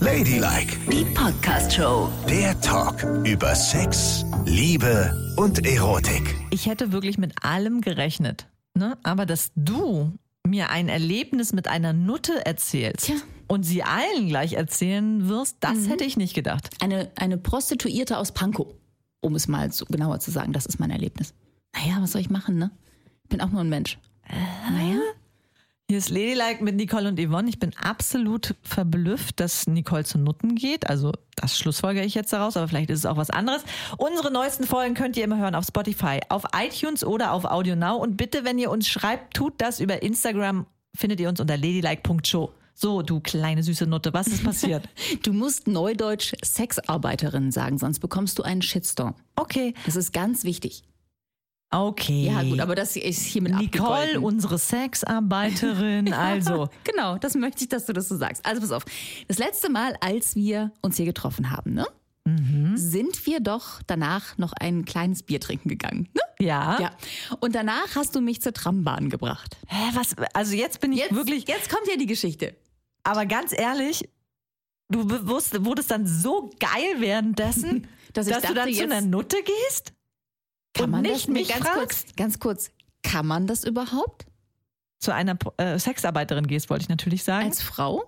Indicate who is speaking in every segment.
Speaker 1: Ladylike,
Speaker 2: Die Podcast-Show.
Speaker 1: der Talk über Sex, Liebe und Erotik.
Speaker 3: Ich hätte wirklich mit allem gerechnet. Ne? Aber dass du mir ein Erlebnis mit einer Nutte erzählst
Speaker 4: Tja.
Speaker 3: und sie allen gleich erzählen wirst, das hätte ich nicht gedacht.
Speaker 4: Eine, eine Prostituierte aus Pankow, um es mal so genauer zu sagen, das ist mein Erlebnis. Naja, was soll ich machen, ne? Ich bin auch nur ein Mensch. Naja.
Speaker 3: Hier ist Ladylike mit Nicole und Yvonne. Ich bin absolut verblüfft, dass Nicole zu Nutten geht. Also das schlussfolgere ich jetzt daraus, aber vielleicht ist es auch was anderes. Unsere neuesten Folgen könnt ihr immer hören auf Spotify, auf iTunes oder auf Audio Now. Und bitte, wenn ihr uns schreibt, tut das über Instagram. Findet ihr uns unter ladylike.show. So, du kleine süße Nutte, was ist passiert?
Speaker 4: Du musst neudeutsch Sexarbeiterin sagen, sonst bekommst du einen Shitstorm.
Speaker 3: Okay.
Speaker 4: Das ist ganz wichtig.
Speaker 3: Okay.
Speaker 4: Ja, gut, aber das ist hiermit
Speaker 3: Nicole,
Speaker 4: abgegolten.
Speaker 3: unsere Sexarbeiterin, also.
Speaker 4: genau, das möchte ich, dass du das so sagst. Also pass auf. Das letzte Mal, als wir uns hier getroffen haben, ne?
Speaker 3: mhm. Hm?
Speaker 4: Sind wir doch danach noch ein kleines Bier trinken gegangen, ne?
Speaker 3: Ja.
Speaker 4: Ja. Und danach hast du mich zur Trambahn gebracht.
Speaker 3: Hä, was? Also jetzt bin ich
Speaker 4: Jetzt,
Speaker 3: wirklich.
Speaker 4: jetzt kommt ja die Geschichte.
Speaker 3: Aber ganz ehrlich, du be- wusst, wurdest dann so geil währenddessen,
Speaker 4: Dass Also ich
Speaker 3: dass
Speaker 4: dachte,
Speaker 3: du dann zu
Speaker 4: jetzt-
Speaker 3: einer Nutte gehst?
Speaker 4: Kann
Speaker 3: und
Speaker 4: man
Speaker 3: nicht
Speaker 4: das nicht
Speaker 3: mich
Speaker 4: ganz
Speaker 3: fragst?
Speaker 4: kurz? Ganz kurz. Kann man das überhaupt
Speaker 3: Zu einer äh, Sexarbeiterin gehst, wollte ich natürlich sagen.
Speaker 4: als Frau?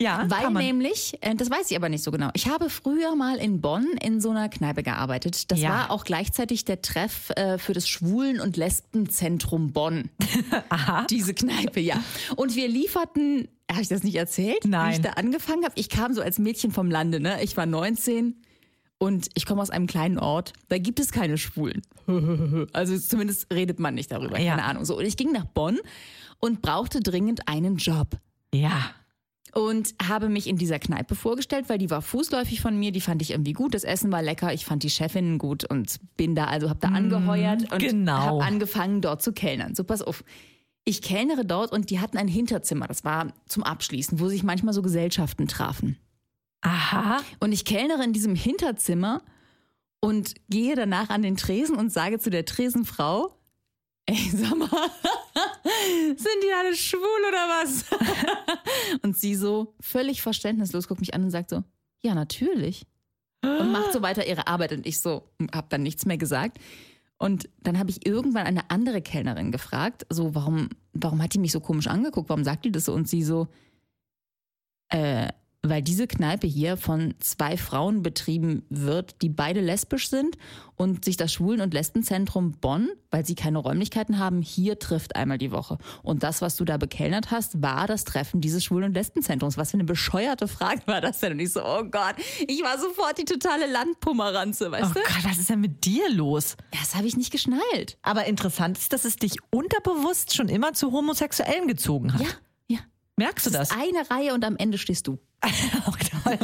Speaker 3: ja,
Speaker 4: Weil
Speaker 3: kann man.
Speaker 4: nämlich, äh, das weiß ich aber nicht so genau. Ich habe früher mal in Bonn in so einer Kneipe gearbeitet. Das
Speaker 3: Ja.
Speaker 4: war auch gleichzeitig der Treff äh, für das Schwulen- und Lesbenzentrum Bonn.
Speaker 3: Aha.
Speaker 4: Diese Kneipe, ja. Und wir lieferten, habe ich das nicht erzählt, wie
Speaker 3: Nein.
Speaker 4: ich da angefangen habe? Ich kam so als Mädchen vom Lande, ne? Ich war 19 und ich komme aus einem kleinen Ort. Da gibt es keine Schwulen. also zumindest redet man nicht darüber,
Speaker 3: Ja.
Speaker 4: keine Ahnung. So, und ich ging nach Bonn und brauchte dringend einen Job
Speaker 3: Ja.
Speaker 4: und habe mich in dieser Kneipe vorgestellt, weil die war fußläufig von mir, die fand ich irgendwie gut, das Essen war lecker, ich fand die Chefin gut und bin da, also habe da angeheuert und
Speaker 3: genau.
Speaker 4: habe angefangen dort zu kellnern. So, pass auf. Ich kellnere dort und die hatten ein Hinterzimmer, das war zum Abschließen, wo sich manchmal so Gesellschaften trafen.
Speaker 3: Aha.
Speaker 4: Und ich kellnere in diesem Hinterzimmer und gehe danach an den Tresen und sage zu der Tresenfrau, ey, sag mal, sind die alle schwul oder was? und sie so völlig verständnislos guckt mich an und sagt so, ja, natürlich. Und macht so weiter ihre Arbeit und ich so, hm, hab dann nichts mehr gesagt. Und dann habe ich irgendwann eine andere Kellnerin gefragt, so, warum, warum hat die mich so komisch angeguckt? Warum sagt die das so? Und sie so, weil diese Kneipe hier von zwei Frauen betrieben wird, die beide lesbisch sind und sich das Schwulen- und Lesbenzentrum Bonn, weil sie keine Räumlichkeiten haben, hier trifft einmal die Woche. Und das, was du da bekellnert hast, war das Treffen dieses Schwulen- und Lesbenzentrums. Was für eine bescheuerte Frage war das denn? Und ich so, oh Gott, ich war sofort die totale Landpummeranze,
Speaker 3: Oh
Speaker 4: weißt du?
Speaker 3: Gott, was ist denn mit dir los?
Speaker 4: Das habe ich nicht geschnallt.
Speaker 3: Aber interessant ist, dass es dich unterbewusst schon immer zu Homosexuellen gezogen hat.
Speaker 4: Ja, ja.
Speaker 3: Merkst du
Speaker 4: Das
Speaker 3: das?
Speaker 4: ist eine Reihe und am Ende stehst du.
Speaker 3: Auch toll.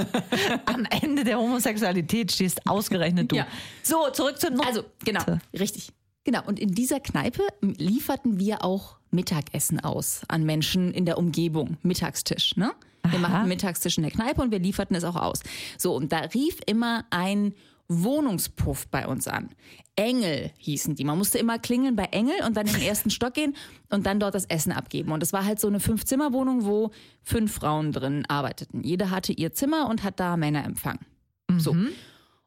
Speaker 3: Am Ende der Homosexualität stehst ausgerechnet du.
Speaker 4: Ja.
Speaker 3: So, zurück zur Nummer.
Speaker 4: Also, genau, richtig. Genau, und in dieser Kneipe lieferten wir auch Mittagessen aus an Menschen in der Umgebung, Mittagstisch, ne? Wir machten Mittagstisch in der Kneipe und wir lieferten es auch aus. So, und da rief immer ein Wohnungspuff bei uns an. Engel hießen die. Man musste immer klingeln bei Engel und dann in den ersten Stock gehen und dann dort das Essen abgeben. Und es war halt so eine Fünf-Zimmer-Wohnung, wo fünf Frauen drin arbeiteten. Jede hatte ihr Zimmer und hat da Männer empfangen. So.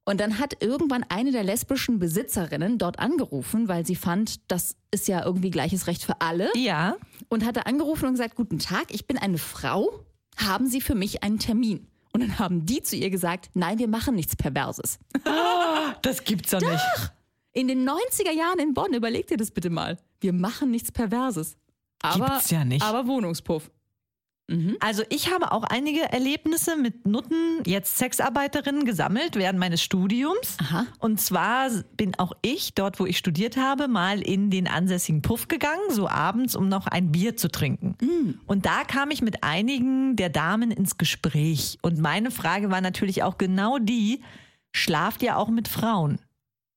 Speaker 4: Und dann hat irgendwann eine der lesbischen Besitzerinnen dort angerufen, weil sie fand, das ist ja irgendwie gleiches Recht für alle.
Speaker 3: Ja.
Speaker 4: Und hatte angerufen und gesagt, guten Tag, ich bin eine Frau, haben Sie für mich einen Termin? Und dann haben die zu ihr gesagt, nein, wir machen nichts Perverses.
Speaker 3: Das gibt's doch nicht.
Speaker 4: In den 90er Jahren in Bonn, überleg dir das bitte mal. Wir machen nichts Perverses. Aber,
Speaker 3: Gibt's ja nicht.
Speaker 4: aber Wohnungspuff.
Speaker 3: Also ich habe auch einige Erlebnisse mit Nutten, jetzt Sexarbeiterinnen, gesammelt während meines Studiums.
Speaker 4: Aha.
Speaker 3: Und zwar bin auch ich, dort wo ich studiert habe, mal in den ansässigen Puff gegangen, so abends, um noch ein Bier zu trinken. Und da kam ich mit einigen der Damen ins Gespräch. Und meine Frage war natürlich auch genau die, schlaft ihr auch mit Frauen?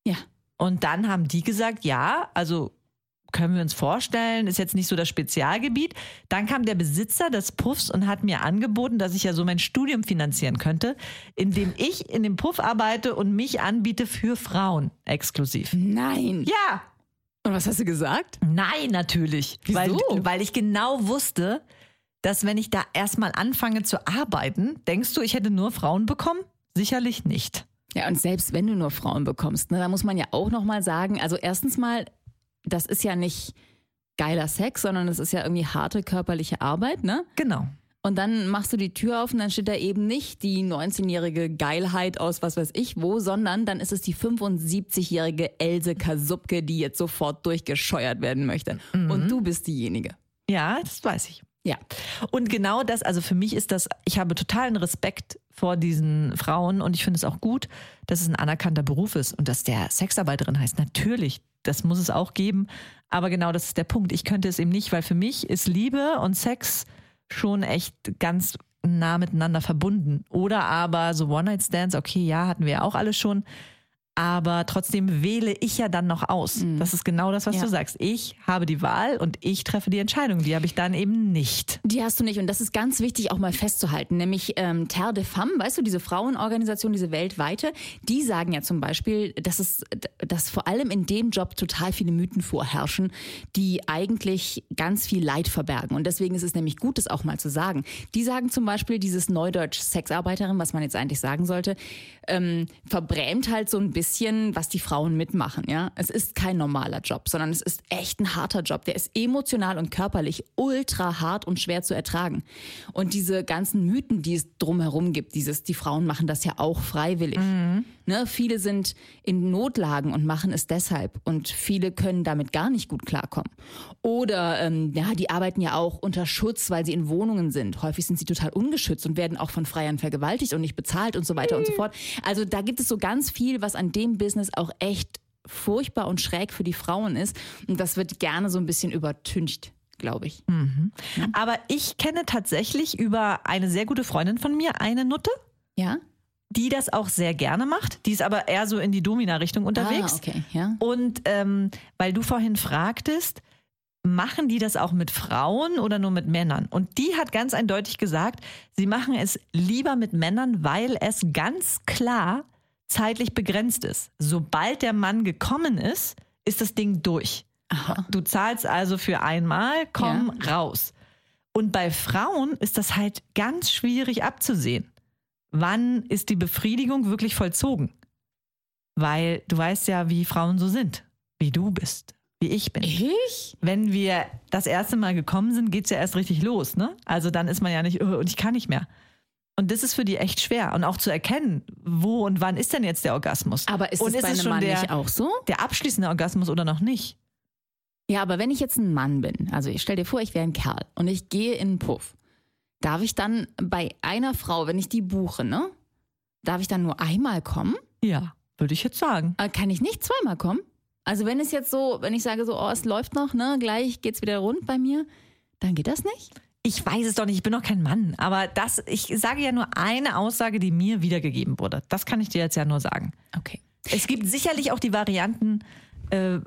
Speaker 4: Ja.
Speaker 3: Und dann haben die gesagt, ja, also können wir uns vorstellen, ist jetzt nicht so das Spezialgebiet. Dann kam der Besitzer des Puffs und hat mir angeboten, dass ich ja so mein Studium finanzieren könnte, indem ich in dem Puff arbeite und mich anbiete für Frauen exklusiv.
Speaker 4: Nein.
Speaker 3: Ja,
Speaker 4: Und was hast du gesagt?
Speaker 3: nein, natürlich.
Speaker 4: Wieso?
Speaker 3: Weil, weil ich genau wusste, dass wenn ich da erstmal anfange zu arbeiten, denkst du, ich hätte nur Frauen bekommen? Sicherlich nicht.
Speaker 4: Ja, und selbst wenn du nur Frauen bekommst, ne, da muss man ja auch nochmal sagen, also erstens mal, das ist ja nicht geiler Sex, sondern es ist ja irgendwie harte körperliche Arbeit, ne?
Speaker 3: Genau.
Speaker 4: Und dann machst du die Tür auf und dann steht da eben nicht die 19-jährige Geilheit aus was weiß ich wo, sondern dann ist es die 75-jährige Else Kasubke, die jetzt sofort durchgescheuert werden möchte. Und du bist diejenige.
Speaker 3: Ja, das weiß ich.
Speaker 4: Ja.
Speaker 3: Und genau das, also für mich ist das, ich habe totalen Respekt vor diesen Frauen und ich finde es auch gut, dass es ein anerkannter Beruf ist und dass der Sexarbeiterin heißt. Natürlich, das muss es auch geben. Aber genau das ist der Punkt. Ich könnte es eben nicht, weil für mich ist Liebe und Sex schon echt ganz nah miteinander verbunden. Oder aber so One-Night-Stands, okay, ja, hatten wir ja auch alle schon. Aber trotzdem wähle ich ja dann noch aus. Das ist genau das, was
Speaker 4: Ja.
Speaker 3: du sagst. Ich habe die Wahl und ich treffe die Entscheidung. Die habe ich dann eben nicht.
Speaker 4: Die hast du nicht. Und das ist ganz wichtig, auch mal festzuhalten. Nämlich ähm, Terre de Femme, weißt du, diese Frauenorganisation, diese weltweite, die sagen ja zum Beispiel, dass es, dass vor allem in dem Job total viele Mythen vorherrschen, die eigentlich ganz viel Leid verbergen. Und deswegen ist es nämlich gut, das auch mal zu sagen. Die sagen zum Beispiel, dieses Neudeutsch Sexarbeiterin, was man jetzt eigentlich sagen sollte, ähm, verbrämt halt so ein bisschen, was die Frauen mitmachen. Ja, es ist kein normaler Job, sondern es ist echt ein harter Job. Der ist emotional und körperlich ultra hart und schwer zu ertragen. Und diese ganzen Mythen, die es drumherum gibt, dieses, die Frauen machen das ja auch freiwillig. Ne, viele sind in Notlagen und machen es deshalb. Und viele können damit gar nicht gut klarkommen. Oder ähm, ja, die arbeiten ja auch unter Schutz, weil sie in Wohnungen sind. Häufig sind sie total ungeschützt und werden auch von Freiern vergewaltigt und nicht bezahlt und so weiter und so fort. Also da gibt es so ganz viel, was an dem Business auch echt furchtbar und schräg für die Frauen ist. Und das wird gerne so ein bisschen übertüncht, glaube ich.
Speaker 3: Mhm. Aber ich kenne tatsächlich über eine sehr gute Freundin von mir, eine Nutte,
Speaker 4: Ja?
Speaker 3: die das auch sehr gerne macht. Die ist aber eher so in die Domina-Richtung unterwegs.
Speaker 4: Ah, okay, ja.
Speaker 3: Und ähm, weil du vorhin fragtest, machen die das auch mit Frauen oder nur mit Männern? Und die hat ganz eindeutig gesagt, sie machen es lieber mit Männern, weil es ganz klar zeitlich begrenzt ist. Sobald der Mann gekommen ist, ist das Ding durch.
Speaker 4: Aha.
Speaker 3: Du zahlst also für einmal, komm raus. Und bei Frauen ist das halt ganz schwierig abzusehen. Wann ist die Befriedigung wirklich vollzogen? Weil du weißt ja, wie Frauen so sind, wie du bist, wie ich bin.
Speaker 4: Ich?
Speaker 3: Wenn wir das erste Mal gekommen sind, geht's ja erst richtig los, ne? Also dann ist man ja nicht, "Oh, und ich kann nicht mehr. Und das ist für die echt schwer. Und auch zu erkennen, wo und wann ist denn jetzt der Orgasmus?
Speaker 4: Aber ist
Speaker 3: und
Speaker 4: es bei einem
Speaker 3: schon
Speaker 4: Mann
Speaker 3: der,
Speaker 4: nicht auch so?
Speaker 3: der abschließende Orgasmus oder noch nicht?
Speaker 4: Ja, aber wenn ich jetzt ein Mann bin, also ich stell dir vor, ich wäre ein Kerl und ich gehe in einen Puff, darf ich dann bei einer Frau, wenn ich die buche, ne? Darf ich dann nur einmal kommen?
Speaker 3: Ja, würde ich jetzt sagen.
Speaker 4: Äh, kann ich nicht zweimal kommen? Also wenn es jetzt so, wenn ich sage so, oh, es läuft noch, ne, gleich geht's wieder rund bei mir, dann geht das nicht?
Speaker 3: Ich weiß es doch nicht, ich bin doch kein Mann. Aber das, ich sage ja nur eine Aussage, die mir wiedergegeben wurde. Das kann ich dir jetzt ja nur sagen.
Speaker 4: Okay.
Speaker 3: Es gibt sicherlich auch die Varianten, äh,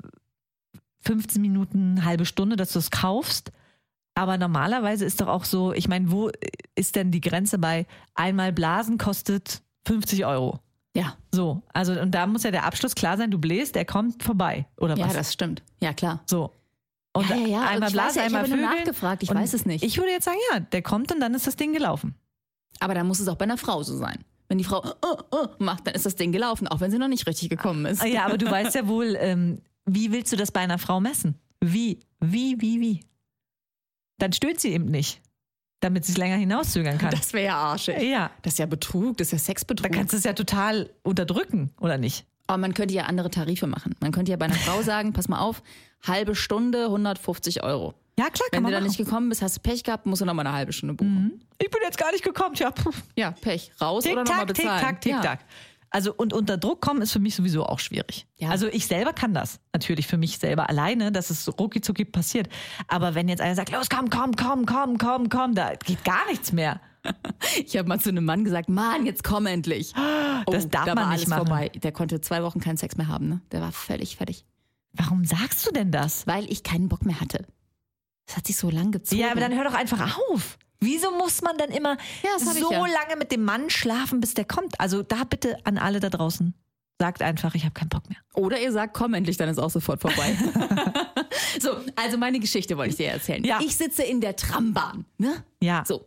Speaker 3: 15 Minuten, halbe Stunde, dass du es kaufst. Aber normalerweise ist doch auch so, ich meine, wo ist denn die Grenze bei einmal Blasen kostet 50 Euro?
Speaker 4: Ja,
Speaker 3: So, also und da muss ja der Abschluss klar sein, du bläst, er kommt vorbei, oder
Speaker 4: ja,
Speaker 3: was?
Speaker 4: das stimmt. Ja, klar.
Speaker 3: so. Und
Speaker 4: ja, ja, ja.
Speaker 3: einmal
Speaker 4: ich weiß
Speaker 3: Blasen,
Speaker 4: ja, ich
Speaker 3: einmal
Speaker 4: habe nur
Speaker 3: Vögeln.
Speaker 4: nachgefragt, ich
Speaker 3: Und
Speaker 4: weiß es nicht.
Speaker 3: Ich würde jetzt sagen, ja, der kommt und dann ist das Ding gelaufen.
Speaker 4: aber dann muss es auch bei einer Frau so sein. Wenn die Frau äh, äh, äh, macht, dann ist das Ding gelaufen, auch wenn sie noch nicht richtig gekommen ist.
Speaker 3: Ah Ja, aber du weißt ja wohl, ähm, wie willst du das bei einer Frau messen? Wie, wie, wie, wie? Dann stöhnt sie eben nicht, damit sie es länger hinauszögern kann.
Speaker 4: Das wäre ja arschig.
Speaker 3: ja,
Speaker 4: Das ist ja Betrug, das ist ja
Speaker 3: da
Speaker 4: Sexbetrug.
Speaker 3: kannst du es ja total unterdrücken, oder nicht?
Speaker 4: Aber man könnte ja andere Tarife machen. Man könnte ja bei einer Frau sagen, pass mal auf, halbe Stunde 150 Euro.
Speaker 3: Ja, klar,
Speaker 4: Wenn
Speaker 3: kann
Speaker 4: du da
Speaker 3: man Mhm.
Speaker 4: nicht
Speaker 3: machen.
Speaker 4: gekommen bist, hast du Pech gehabt, musst du nochmal eine halbe Stunde buchen.
Speaker 3: Ich bin jetzt gar nicht gekommen, ja. pff.
Speaker 4: Ja, Pech. Raus oder nochmal
Speaker 3: Tick-Tack,
Speaker 4: bezahlen.
Speaker 3: Tick-Tack, Tick-Tack. Also und unter Druck kommen ist für mich sowieso auch schwierig.
Speaker 4: Ja.
Speaker 3: Also ich selber kann das natürlich für mich selber alleine, dass es rucki-zucki passiert. Aber wenn jetzt einer sagt, los, komm, komm, komm, komm, komm, komm, da geht gar nichts mehr.
Speaker 4: Ja. Ich habe mal zu einem Mann gesagt, Mann, jetzt komm endlich. Oh,
Speaker 3: Das darf
Speaker 4: da
Speaker 3: man
Speaker 4: war
Speaker 3: nicht
Speaker 4: alles
Speaker 3: machen.
Speaker 4: vorbei. Der konnte zwei Wochen keinen Sex mehr haben. Ne? Der war völlig fertig.
Speaker 3: Warum sagst du denn das?
Speaker 4: Weil ich keinen Bock mehr hatte. Das hat sich so lang gezogen.
Speaker 3: Ja, aber dann hör doch einfach auf. Wieso muss man dann immer
Speaker 4: Ja, das hab ich
Speaker 3: so
Speaker 4: ja.
Speaker 3: lange mit dem Mann schlafen, bis der kommt? Also da bitte an alle da draußen. Sagt einfach, ich habe keinen Bock mehr.
Speaker 4: Oder ihr sagt, komm endlich, dann ist auch sofort vorbei. so, also meine Geschichte wollte ich dir erzählen.
Speaker 3: Ja.
Speaker 4: Ich sitze in der Trambahn. Ne?
Speaker 3: Ja.
Speaker 4: So.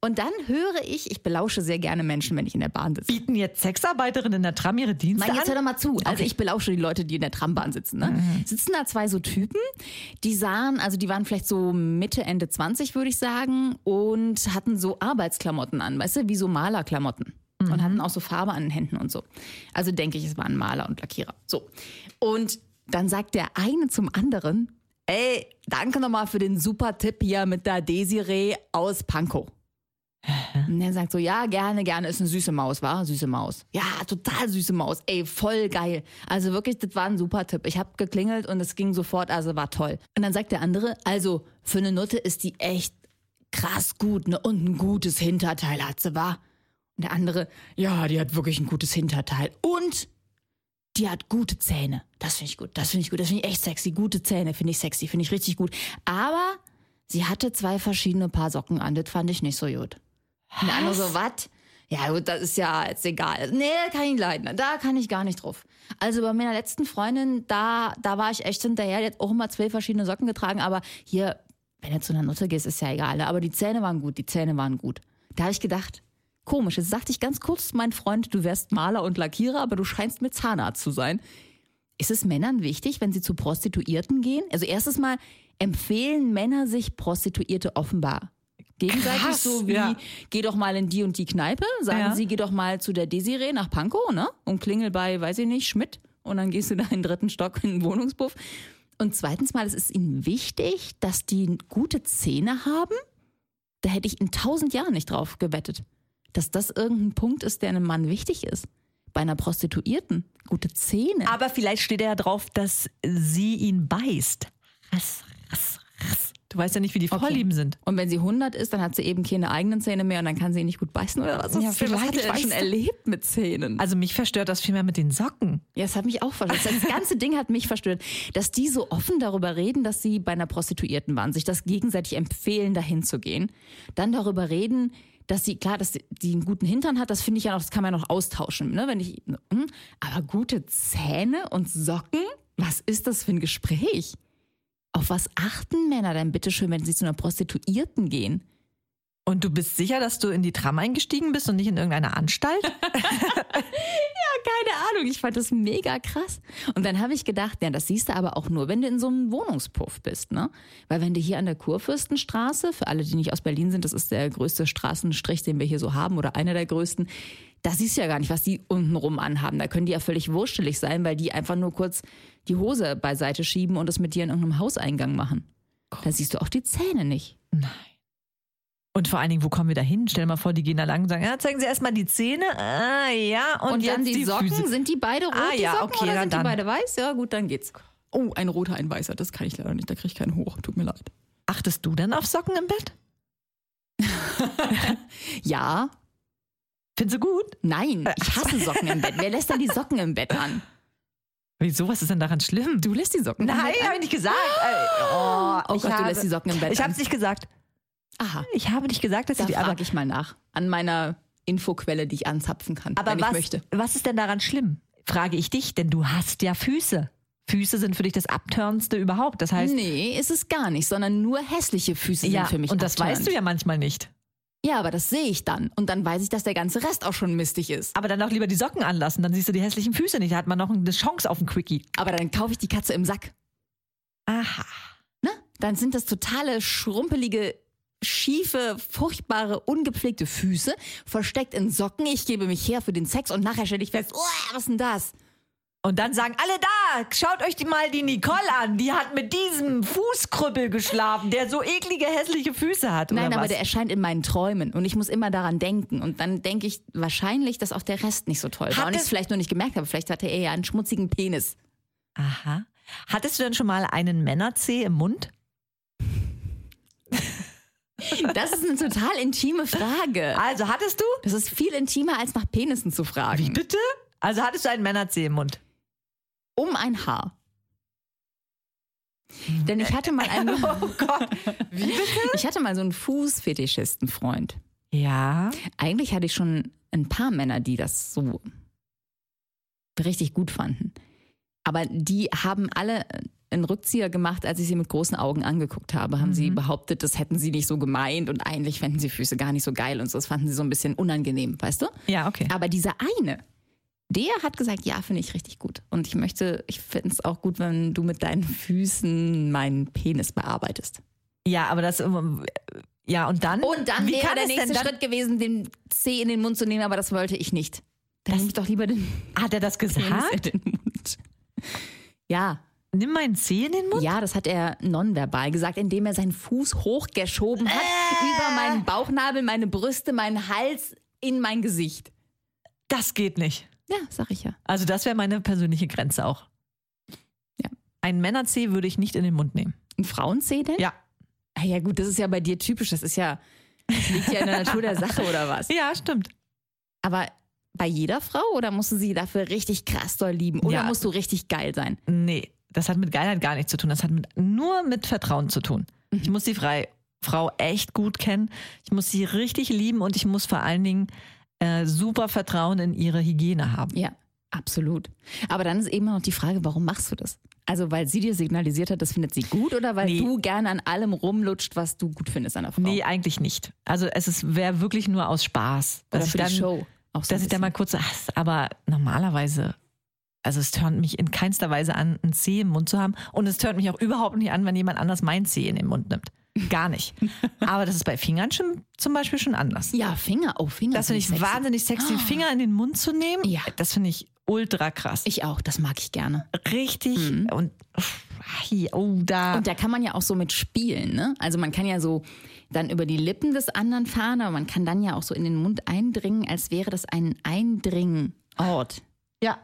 Speaker 4: Und dann höre ich, ich belausche sehr gerne Menschen, wenn ich in der Bahn sitze.
Speaker 3: Bieten jetzt Sexarbeiterinnen in der Tram ihre Dienste
Speaker 4: Nein, jetzt hör
Speaker 3: an? Mhm.
Speaker 4: doch mal zu. Also ich belausche die Leute, die in der Trambahn sitzen. Ne? Sitzen da zwei so Typen, die sahen, also die waren vielleicht so Mitte, Ende 20, würde ich sagen, und hatten so Arbeitsklamotten an, weißt du, wie so Malerklamotten.
Speaker 3: Mhm.
Speaker 4: Und hatten auch so Farbe an den Händen und so. Also denke ich, es waren Maler und Lackierer. So. Und dann sagt der eine zum anderen, ey, danke nochmal für den super Tipp hier mit der Desiree aus Pankow. Und er sagt so, ja, gerne, gerne, ist eine süße Maus, war Süße Maus. Ja, total süße Maus. Ey, voll geil. Also wirklich, das war ein super Tipp. Ich habe geklingelt und es ging sofort, also war toll. Und dann sagt der andere, also für eine Nutte ist die echt krass gut, ne? Und ein gutes Hinterteil hat sie, war. Und der andere, ja, die hat wirklich ein gutes Hinterteil. Und die hat gute Zähne. Das finde ich gut, das finde ich gut, das finde ich echt sexy. Gute Zähne finde ich sexy, finde ich richtig gut. Aber sie hatte zwei verschiedene Paar Socken an, das fand ich nicht so gut. Und der andere so, was? Ja gut, das ist ja jetzt egal. Nee, das kann ich nicht leiden. Da kann ich gar nicht drauf. Also bei meiner letzten Freundin, da, da war ich echt hinterher. Die hat auch immer zwei verschiedene Socken getragen. Aber hier, wenn du zu einer Nutte gehst, ist ja egal. ne? Aber die Zähne waren gut, die Zähne waren gut. Da habe ich gedacht, komisch. Jetzt sagte ich ganz kurz, mein Freund, du wärst Maler und Lackierer, aber du scheinst mir Zahnarzt zu sein. Ist es Männern wichtig, wenn sie zu Prostituierten gehen? Also erstes Mal empfehlen Männer sich Prostituierte offenbar. Gegenseitig
Speaker 3: Krass,
Speaker 4: so wie,
Speaker 3: ja.
Speaker 4: geh doch mal in die und die Kneipe, sagen
Speaker 3: Ja.
Speaker 4: sie, geh doch mal zu der Desiree nach Pankow, ne? Und klingel bei, weiß ich nicht, Schmidt. Und dann gehst du da in den dritten Stock in den Wohnungspuff. Und zweitens mal, es ist ihnen wichtig, dass die gute Zähne haben. Da hätte ich in tausend Jahren nicht drauf gewettet, dass das irgendein Punkt ist, der einem Mann wichtig ist. Bei einer Prostituierten. Gute Zähne.
Speaker 3: Aber vielleicht steht er ja drauf, dass sie ihn beißt. Rass, rass, rass. Du weißt ja nicht, wie die Vorlieben sind.
Speaker 4: Und wenn sie 100 ist, dann hat sie eben keine eigenen Zähne mehr und dann kann sie nicht gut beißen oder was.
Speaker 3: Ja,
Speaker 4: ist denn? was
Speaker 3: vielleicht
Speaker 4: hat er denn
Speaker 3: weißt
Speaker 4: schon
Speaker 3: du-
Speaker 4: erlebt mit Zähnen?
Speaker 3: Also mich verstört das vielmehr mit den Socken.
Speaker 4: Ja, es hat mich auch verstört. Das ganze Ding hat mich verstört. Dass die so offen darüber reden, dass sie bei einer Prostituierten waren, sich das gegenseitig empfehlen, dahin zu gehen. Dann darüber reden, dass sie, klar, dass die einen guten Hintern hat, das finde ich ja noch, das kann man ja noch austauschen, ne? Wenn ich, hm, aber gute Zähne und Socken, was ist das für ein Gespräch? Auf was achten Männer denn bitte schön, wenn sie zu einer Prostituierten gehen?
Speaker 3: Und du bist sicher, dass du in die Tram eingestiegen bist und nicht in irgendeine Anstalt?
Speaker 4: keine Ahnung, ich fand das mega krass. Und dann habe ich gedacht, ja, das siehst du aber auch nur, wenn du in so einem Wohnungspuff bist, ne? Weil wenn du hier an der Kurfürstenstraße, für alle, die nicht aus Berlin sind, das ist der größte Straßenstrich, den wir hier so haben oder einer der größten, da siehst du ja gar nicht, was die untenrum anhaben. Da können die ja völlig wurstelig sein, weil die einfach nur kurz die Hose beiseite schieben und das mit dir in irgendeinem Hauseingang machen. Da siehst du auch die Zähne nicht.
Speaker 3: Nein. Und vor allen Dingen, wo kommen wir da hin? Stell dir mal vor, die gehen da lang und sagen, ja, zeigen Sie erstmal die Zähne. Ah, ja, und,
Speaker 4: Und,
Speaker 3: jetzt
Speaker 4: dann die, Socken,
Speaker 3: Füße.
Speaker 4: sind die beide rot,
Speaker 3: Ah,
Speaker 4: die
Speaker 3: ja,
Speaker 4: Socken,
Speaker 3: okay,
Speaker 4: oder
Speaker 3: na
Speaker 4: sind
Speaker 3: dann.
Speaker 4: die beide weiß? Ja, gut, dann geht's. Oh, ein roter, ein weißer, das kann ich leider nicht, da kriege ich keinen hoch, tut mir leid.
Speaker 3: Achtest du dann auf Socken im Bett?
Speaker 4: Ja,
Speaker 3: Findest du gut?
Speaker 4: nein, ich hasse Socken im Bett. Wer lässt denn die Socken im Bett an?
Speaker 3: Wieso, was ist denn daran schlimm?
Speaker 4: Du lässt die Socken im
Speaker 3: Nein,
Speaker 4: Bett
Speaker 3: habe
Speaker 4: an?
Speaker 3: ich nicht gesagt. Äh, Oh,
Speaker 4: Oh
Speaker 3: ich
Speaker 4: Gott, du
Speaker 3: habe-
Speaker 4: lässt die Socken im Bett
Speaker 3: Ich habe
Speaker 4: an.
Speaker 3: es nicht gesagt.
Speaker 4: Aha,
Speaker 3: Ich habe nicht gesagt, dass
Speaker 4: da
Speaker 3: ich die aber,
Speaker 4: frage ich mal nach. An meiner Infoquelle, die ich anzapfen kann,
Speaker 3: aber
Speaker 4: wenn
Speaker 3: was,
Speaker 4: ich möchte.
Speaker 3: was ist denn daran schlimm? Frage ich dich, denn du hast ja Füße. Füße sind für dich das Abtörnste überhaupt. Das heißt,
Speaker 4: Nee, ist es gar nicht, sondern nur hässliche Füße
Speaker 3: ja,
Speaker 4: sind für mich
Speaker 3: und das weißt du ja manchmal nicht.
Speaker 4: ja. Ja, aber das sehe ich dann. Und dann weiß ich, dass der ganze Rest auch schon mistig ist.
Speaker 3: Aber dann auch lieber die Socken anlassen, dann siehst du die hässlichen Füße nicht. Da hat man noch eine Chance auf einen Quickie.
Speaker 4: Aber dann kaufe ich die Katze im Sack.
Speaker 3: Aha.
Speaker 4: ne? Dann sind das totale schrumpelige, schiefe, furchtbare, ungepflegte Füße, versteckt in Socken. Ich gebe mich her für den Sex und nachher stelle ich fest, oh, was ist denn das?
Speaker 3: Und dann sagen alle da, schaut euch die mal die Nicole an. Die hat mit diesem Fußkrüppel geschlafen, der so eklige, hässliche Füße hat.
Speaker 4: Nein,
Speaker 3: oder
Speaker 4: aber
Speaker 3: was?
Speaker 4: der erscheint in meinen Träumen und ich muss immer daran denken. Und dann denke ich wahrscheinlich, dass auch der Rest nicht so toll war.
Speaker 3: Hat
Speaker 4: und ich
Speaker 3: es-
Speaker 4: es vielleicht nur nicht gemerkt habe. Vielleicht hatte er ja einen schmutzigen Penis.
Speaker 3: Aha. Hattest du denn schon mal einen Männerzeh im Mund?
Speaker 4: Das ist eine total intime Frage.
Speaker 3: Also hattest du?
Speaker 4: Das ist viel intimer, als nach Penissen zu
Speaker 3: Wie
Speaker 4: fragen.
Speaker 3: bitte? Also hattest du einen Männerzeh im Mund?
Speaker 4: Um ein Haar. Denn ich hatte mal einen...
Speaker 3: Oh Gott. Wie bitte?
Speaker 4: Ich hatte mal so einen Fußfetischistenfreund.
Speaker 3: Ja.
Speaker 4: Eigentlich hatte ich schon ein paar Männer, die das so richtig gut fanden. Aber die haben alle einen Rückzieher gemacht, als ich sie mit großen Augen angeguckt habe. Haben sie behauptet, das hätten sie nicht so gemeint und eigentlich fänden sie Füße gar nicht so geil und so. Das fanden sie so ein bisschen unangenehm, weißt du?
Speaker 3: Ja, okay.
Speaker 4: Aber dieser eine, der hat gesagt, ja, finde ich richtig gut. Und ich möchte, ich finde es auch gut, wenn du mit deinen Füßen meinen Penis bearbeitest.
Speaker 3: Ja, aber das. ähm, Ja, und dann?
Speaker 4: Und dann
Speaker 3: wie
Speaker 4: wäre
Speaker 3: kann
Speaker 4: der
Speaker 3: es
Speaker 4: nächste
Speaker 3: denn dann?
Speaker 4: Schritt gewesen, den Zeh in den Mund zu nehmen, aber das wollte ich nicht. Dann nehme ich doch lieber den
Speaker 3: Hat er das
Speaker 4: Penis
Speaker 3: gesagt?
Speaker 4: in den Mund. Ja,
Speaker 3: Nimm meinen Zeh in den Mund?
Speaker 4: ja, das hat er nonverbal gesagt, indem er seinen Fuß hochgeschoben hat,
Speaker 3: Äh.
Speaker 4: über meinen Bauchnabel, meine Brüste, meinen Hals, in mein Gesicht.
Speaker 3: Das geht nicht.
Speaker 4: Ja, sag ich ja.
Speaker 3: Also das wäre meine persönliche Grenze auch.
Speaker 4: Ja.
Speaker 3: Einen Männerzeh würde ich nicht in den Mund nehmen.
Speaker 4: Ein Frauenzeh denn?
Speaker 3: Ja.
Speaker 4: Ah ja, gut, das ist ja bei dir typisch. Das ist ja, liegt ja in der Natur der Sache oder was.
Speaker 3: Ja, stimmt.
Speaker 4: Aber bei jeder Frau oder musst du sie dafür richtig krass doll lieben? Oder
Speaker 3: Ja.
Speaker 4: musst du richtig geil sein?
Speaker 3: Nee, das hat mit Geilheit gar nichts zu tun. Das hat mit, nur mit Vertrauen zu tun.
Speaker 4: Mhm.
Speaker 3: Ich muss die frei, Frau echt gut kennen. Ich muss sie richtig lieben und ich muss vor allen Dingen äh, super Vertrauen in ihre Hygiene haben.
Speaker 4: Ja, absolut. Aber dann ist eben noch die Frage, warum machst du das? Also, weil sie dir signalisiert hat, das findet sie gut oder weil
Speaker 3: Nee.
Speaker 4: du gerne an allem rumlutscht, was du gut findest an der Frau?
Speaker 3: Nee, eigentlich nicht. Also es wäre wirklich nur aus Spaß.
Speaker 4: oder
Speaker 3: dass
Speaker 4: für die
Speaker 3: ich also dann,
Speaker 4: Show. Auch so ein
Speaker 3: dass ich da mal
Speaker 4: bisschen.
Speaker 3: kurz, ach, aber normalerweise, also es tönt mich in keinster Weise an, einen Zeh im Mund zu haben. Und es tönt mich auch überhaupt nicht an, wenn jemand anders meinen Zeh in den Mund nimmt. Gar nicht. aber das ist bei Fingern schon, zum Beispiel schon anders.
Speaker 4: Ja, Finger. Oh, Finger.
Speaker 3: Das finde ich
Speaker 4: sexy. Ah.
Speaker 3: wahnsinnig sexy, Finger in den Mund zu nehmen.
Speaker 4: Ja.
Speaker 3: Das finde ich ultra krass.
Speaker 4: Ich auch, das mag ich gerne.
Speaker 3: Richtig und hi, oh da.
Speaker 4: Und da kann man ja auch so mit spielen, ne? Also man kann ja so dann über die Lippen des anderen fahren, aber man kann dann ja auch so in den Mund eindringen, als wäre das ein Eindringenort.
Speaker 3: ja,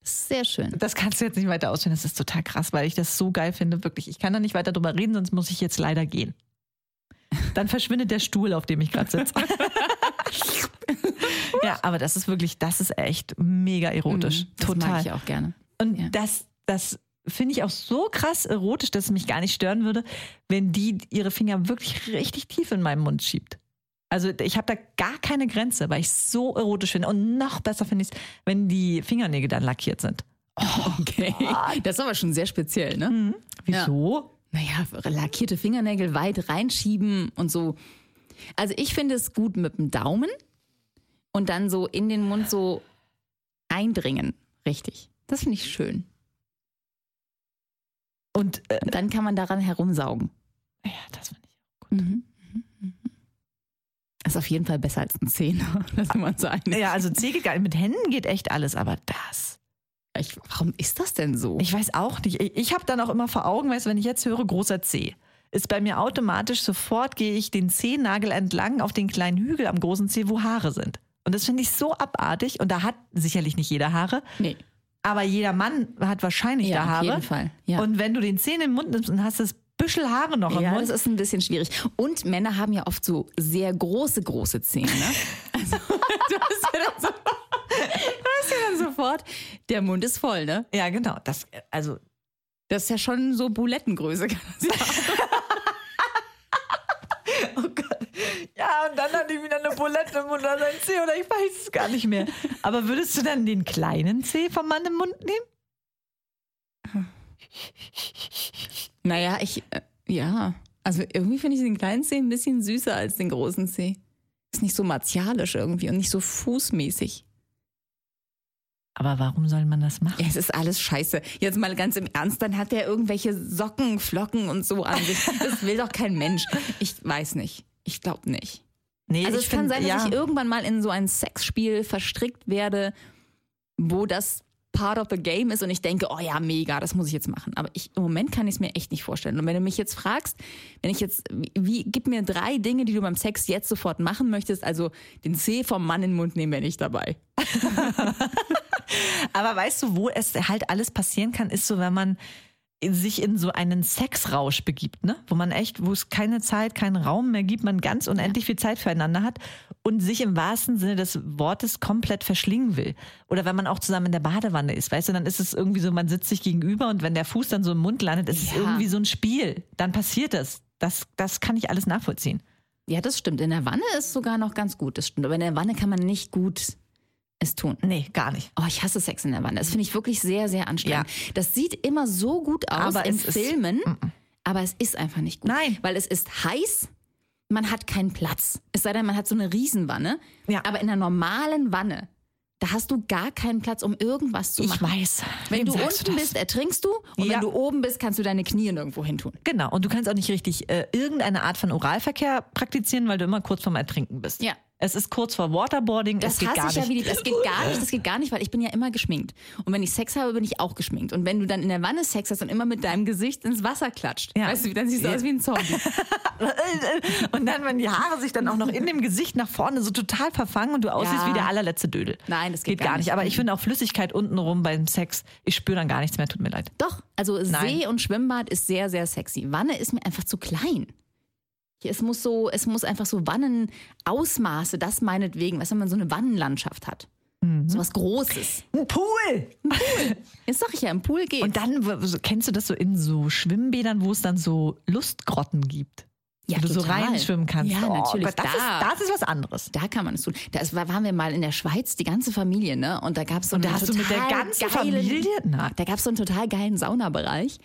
Speaker 4: Das ist sehr schön.
Speaker 3: das kannst du jetzt nicht weiter ausführen. Das ist total krass, weil ich das so geil finde, wirklich. Ich kann da nicht weiter drüber reden, sonst muss ich jetzt leider gehen. Dann verschwindet der Stuhl, auf dem ich gerade sitze. ja, aber das ist wirklich, das ist echt mega erotisch.
Speaker 4: Mhm, Das
Speaker 3: total.
Speaker 4: mag ich auch gerne.
Speaker 3: Und
Speaker 4: Ja.
Speaker 3: das, das finde ich auch so krass erotisch, dass es mich gar nicht stören würde, wenn die ihre Finger wirklich richtig tief in meinen Mund schiebt. Also ich habe da gar keine Grenze, weil ich es so erotisch finde. Und noch besser finde ich es, wenn die Fingernägel dann lackiert sind.
Speaker 4: Okay. Das ist aber schon sehr speziell, ne?
Speaker 3: Mhm. Wieso?
Speaker 4: Naja, lackierte Fingernägel weit reinschieben und so. Also ich finde es gut mit dem Daumen und dann so in den Mund so eindringen. Richtig. Das finde ich schön.
Speaker 3: Und äh,
Speaker 4: Und dann kann man daran herumsaugen.
Speaker 3: ja, das finde ich.
Speaker 4: Mhm. Ist auf jeden Fall besser als ein Zehner, das kann man sagen.
Speaker 3: Ja, also Zeh geht gar nicht. Mit Händen geht echt alles, aber das.
Speaker 4: Ich, warum ist das denn so?
Speaker 3: Ich weiß auch nicht. Ich, ich habe dann auch immer vor Augen, weißt du, wenn ich jetzt höre, großer Zeh. Ist bei mir automatisch sofort, gehe ich den Zehennagel entlang auf den kleinen Hügel am großen Zeh, wo Haare sind. Und das finde ich so abartig. Und da hat sicherlich nicht jeder Haare,
Speaker 4: nee,
Speaker 3: aber jeder Mann hat wahrscheinlich
Speaker 4: ja,
Speaker 3: da
Speaker 4: auf
Speaker 3: Haare.
Speaker 4: jeden Fall. Ja.
Speaker 3: Und wenn du den Zeh in den Mund nimmst und hast das Büschel Haare noch im
Speaker 4: ja, also
Speaker 3: Mund,
Speaker 4: das ist ein bisschen schwierig. Und Männer haben ja oft so sehr große, große Zähne. Ne? Also, du hast ja dann, so, du hast ja dann sofort, der Mund ist voll, ne?
Speaker 3: ja genau. Das, also
Speaker 4: Das ist ja schon so Bulettengröße. kann man sagen.
Speaker 3: Ja, und dann hat die wieder eine Bulette im Mund oder ein Zeh oder ich weiß es gar nicht mehr. Aber würdest du dann den kleinen Zeh vom Mann im Mund nehmen?
Speaker 4: Naja, ich, äh, ja. Also irgendwie finde ich den kleinen Zeh ein bisschen süßer als den großen Zeh. Ist nicht so martialisch irgendwie und nicht so fußmäßig.
Speaker 3: Aber warum soll man das
Speaker 4: Ja,
Speaker 3: machen?
Speaker 4: es ist alles scheiße. Jetzt mal ganz im Ernst, dann hat der irgendwelche Socken, Flocken und so an sich. Das will doch kein Mensch. Ich weiß nicht. Ich glaube nicht.
Speaker 3: Nee,
Speaker 4: Also es kann sein,
Speaker 3: find-
Speaker 4: dass ich irgendwann mal in so ein Sexspiel verstrickt werde, wo das part of the game ist und ich denke, oh ja, mega, das muss ich jetzt machen. Aber ich, im Moment kann ich es mir echt nicht vorstellen. Und wenn du mich jetzt fragst, wenn ich jetzt, wie, wie, gib mir drei Dinge, die du beim Sex jetzt sofort machen möchtest, also den Zeh vom Mann in den Mund nehmen, wäre nicht dabei.
Speaker 3: Aber weißt du, wo es halt alles passieren kann, ist so, wenn man sich in so einen Sexrausch begibt, ne? Wo man echt, wo es keine Zeit, keinen Raum mehr gibt, man ganz unendlich viel Zeit füreinander hat und sich im wahrsten Sinne des Wortes komplett verschlingen will. Oder wenn man auch zusammen in der Badewanne ist, weißt du, dann ist es irgendwie so, man sitzt sich gegenüber und wenn der Fuß dann so im Mund landet, ist es
Speaker 4: Ja.
Speaker 3: irgendwie so ein Spiel. Dann passiert das. Das, das kann ich alles nachvollziehen.
Speaker 4: Ja, das stimmt. In der Wanne ist sogar noch ganz gut. Das stimmt. Aber in der Wanne kann man nicht gut es tun.
Speaker 3: Nee, gar nicht.
Speaker 4: Oh, ich hasse Sex in der Wanne. Das finde ich wirklich sehr, sehr anstrengend. Das sieht immer so gut aus
Speaker 3: Aber
Speaker 4: in
Speaker 3: es ist-
Speaker 4: Filmen, aber es ist einfach nicht gut.
Speaker 3: Nein.
Speaker 4: Weil es ist heiß, man hat keinen Platz. Es sei denn, man hat so eine Riesenwanne.
Speaker 3: Ja.
Speaker 4: Aber in einer normalen Wanne, da hast du gar keinen Platz, um irgendwas zu machen.
Speaker 3: weiß.
Speaker 4: Wenn
Speaker 3: Wem
Speaker 4: du
Speaker 3: sagst
Speaker 4: unten
Speaker 3: das?
Speaker 4: bist, ertrinkst du. Und
Speaker 3: Ja.
Speaker 4: wenn du oben bist, kannst du deine Knie nirgendwo hin tun.
Speaker 3: Genau, und du kannst auch nicht richtig äh, irgendeine Art von Oralverkehr praktizieren, weil du immer kurz vorm Ertrinken bist.
Speaker 4: Ja.
Speaker 3: Es ist kurz vor Waterboarding,
Speaker 4: Das
Speaker 3: es geht
Speaker 4: hasse
Speaker 3: gar
Speaker 4: ich
Speaker 3: nicht.
Speaker 4: ja wie die. Das geht gar nicht, das geht gar nicht, weil ich bin ja immer geschminkt. Und wenn ich Sex habe, bin ich auch geschminkt. Und wenn du dann in der Wanne Sex hast und immer mit deinem Gesicht ins Wasser klatscht,
Speaker 3: Ja.
Speaker 4: weißt du, dann siehst du
Speaker 3: Ja.
Speaker 4: aus wie ein Zombie.
Speaker 3: und dann, wenn die Haare sich dann auch noch in dem Gesicht nach vorne so total verfangen und du aussiehst
Speaker 4: Ja.
Speaker 3: wie der allerletzte Dödel.
Speaker 4: Nein, das
Speaker 3: Geht gar nicht. Aber ich finde auch Flüssigkeit untenrum beim Sex, ich spüre dann gar nichts mehr, tut mir leid.
Speaker 4: Doch, also
Speaker 3: Nein.
Speaker 4: See und Schwimmbad ist sehr, sehr sexy. Wanne ist mir einfach zu klein. Es muss so, es muss einfach so Wannenausmaße, das meinetwegen, weißt du, wenn man so eine Wannenlandschaft hat. So was Großes.
Speaker 3: Ein Pool!
Speaker 4: Jetzt sag ich ja, im Pool geht.
Speaker 3: Und dann, w- so- kennst du das so in so Schwimmbädern, wo es dann so Lustgrotten gibt?
Speaker 4: Ja,
Speaker 3: wo du so
Speaker 4: total.
Speaker 3: reinschwimmen kannst.
Speaker 4: Ja,
Speaker 3: oh,
Speaker 4: natürlich.
Speaker 3: Gott, das,
Speaker 4: Da.
Speaker 3: Ist, das ist was anderes.
Speaker 4: Da kann man es tun. Da ist, waren wir mal in der Schweiz, die ganze Familie, ne? Und da gab es so
Speaker 3: Und da
Speaker 4: einen
Speaker 3: hast du mit der
Speaker 4: total
Speaker 3: ganzen
Speaker 4: geilen,
Speaker 3: Familie? Na.
Speaker 4: Da gab es so einen total geilen Saunabereich.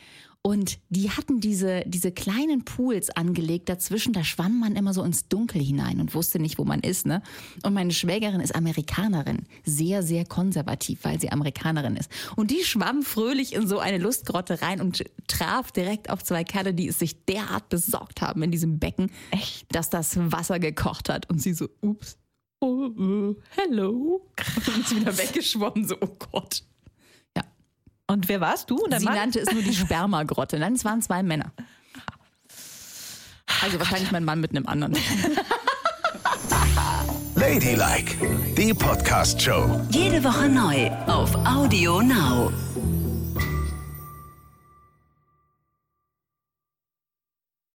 Speaker 4: Und die hatten diese, diese kleinen Pools angelegt dazwischen. Da schwamm man immer so ins Dunkel hinein und wusste nicht, wo man ist. Ne? Und meine Schwägerin ist Amerikanerin. Sehr, sehr konservativ, weil sie Amerikanerin ist. Und die schwamm fröhlich in so eine Lustgrotte rein und traf direkt auf zwei Kerle, die es sich derart besorgt haben in diesem Becken,
Speaker 3: Echt?
Speaker 4: dass das Wasser gekocht hat. Und sie so, ups, oh, äh, hello. Und ist wieder weggeschwommen, so, oh Gott.
Speaker 3: Und wer warst du? Und dein
Speaker 4: Sie
Speaker 3: Oh, Mann?
Speaker 4: nannte es nur die Spermagrotte. Nein, es waren zwei Männer. Also wahrscheinlich mein Mann mit einem anderen.
Speaker 1: Ladylike, die Podcast-Show.
Speaker 2: Jede Woche neu auf Audio Now.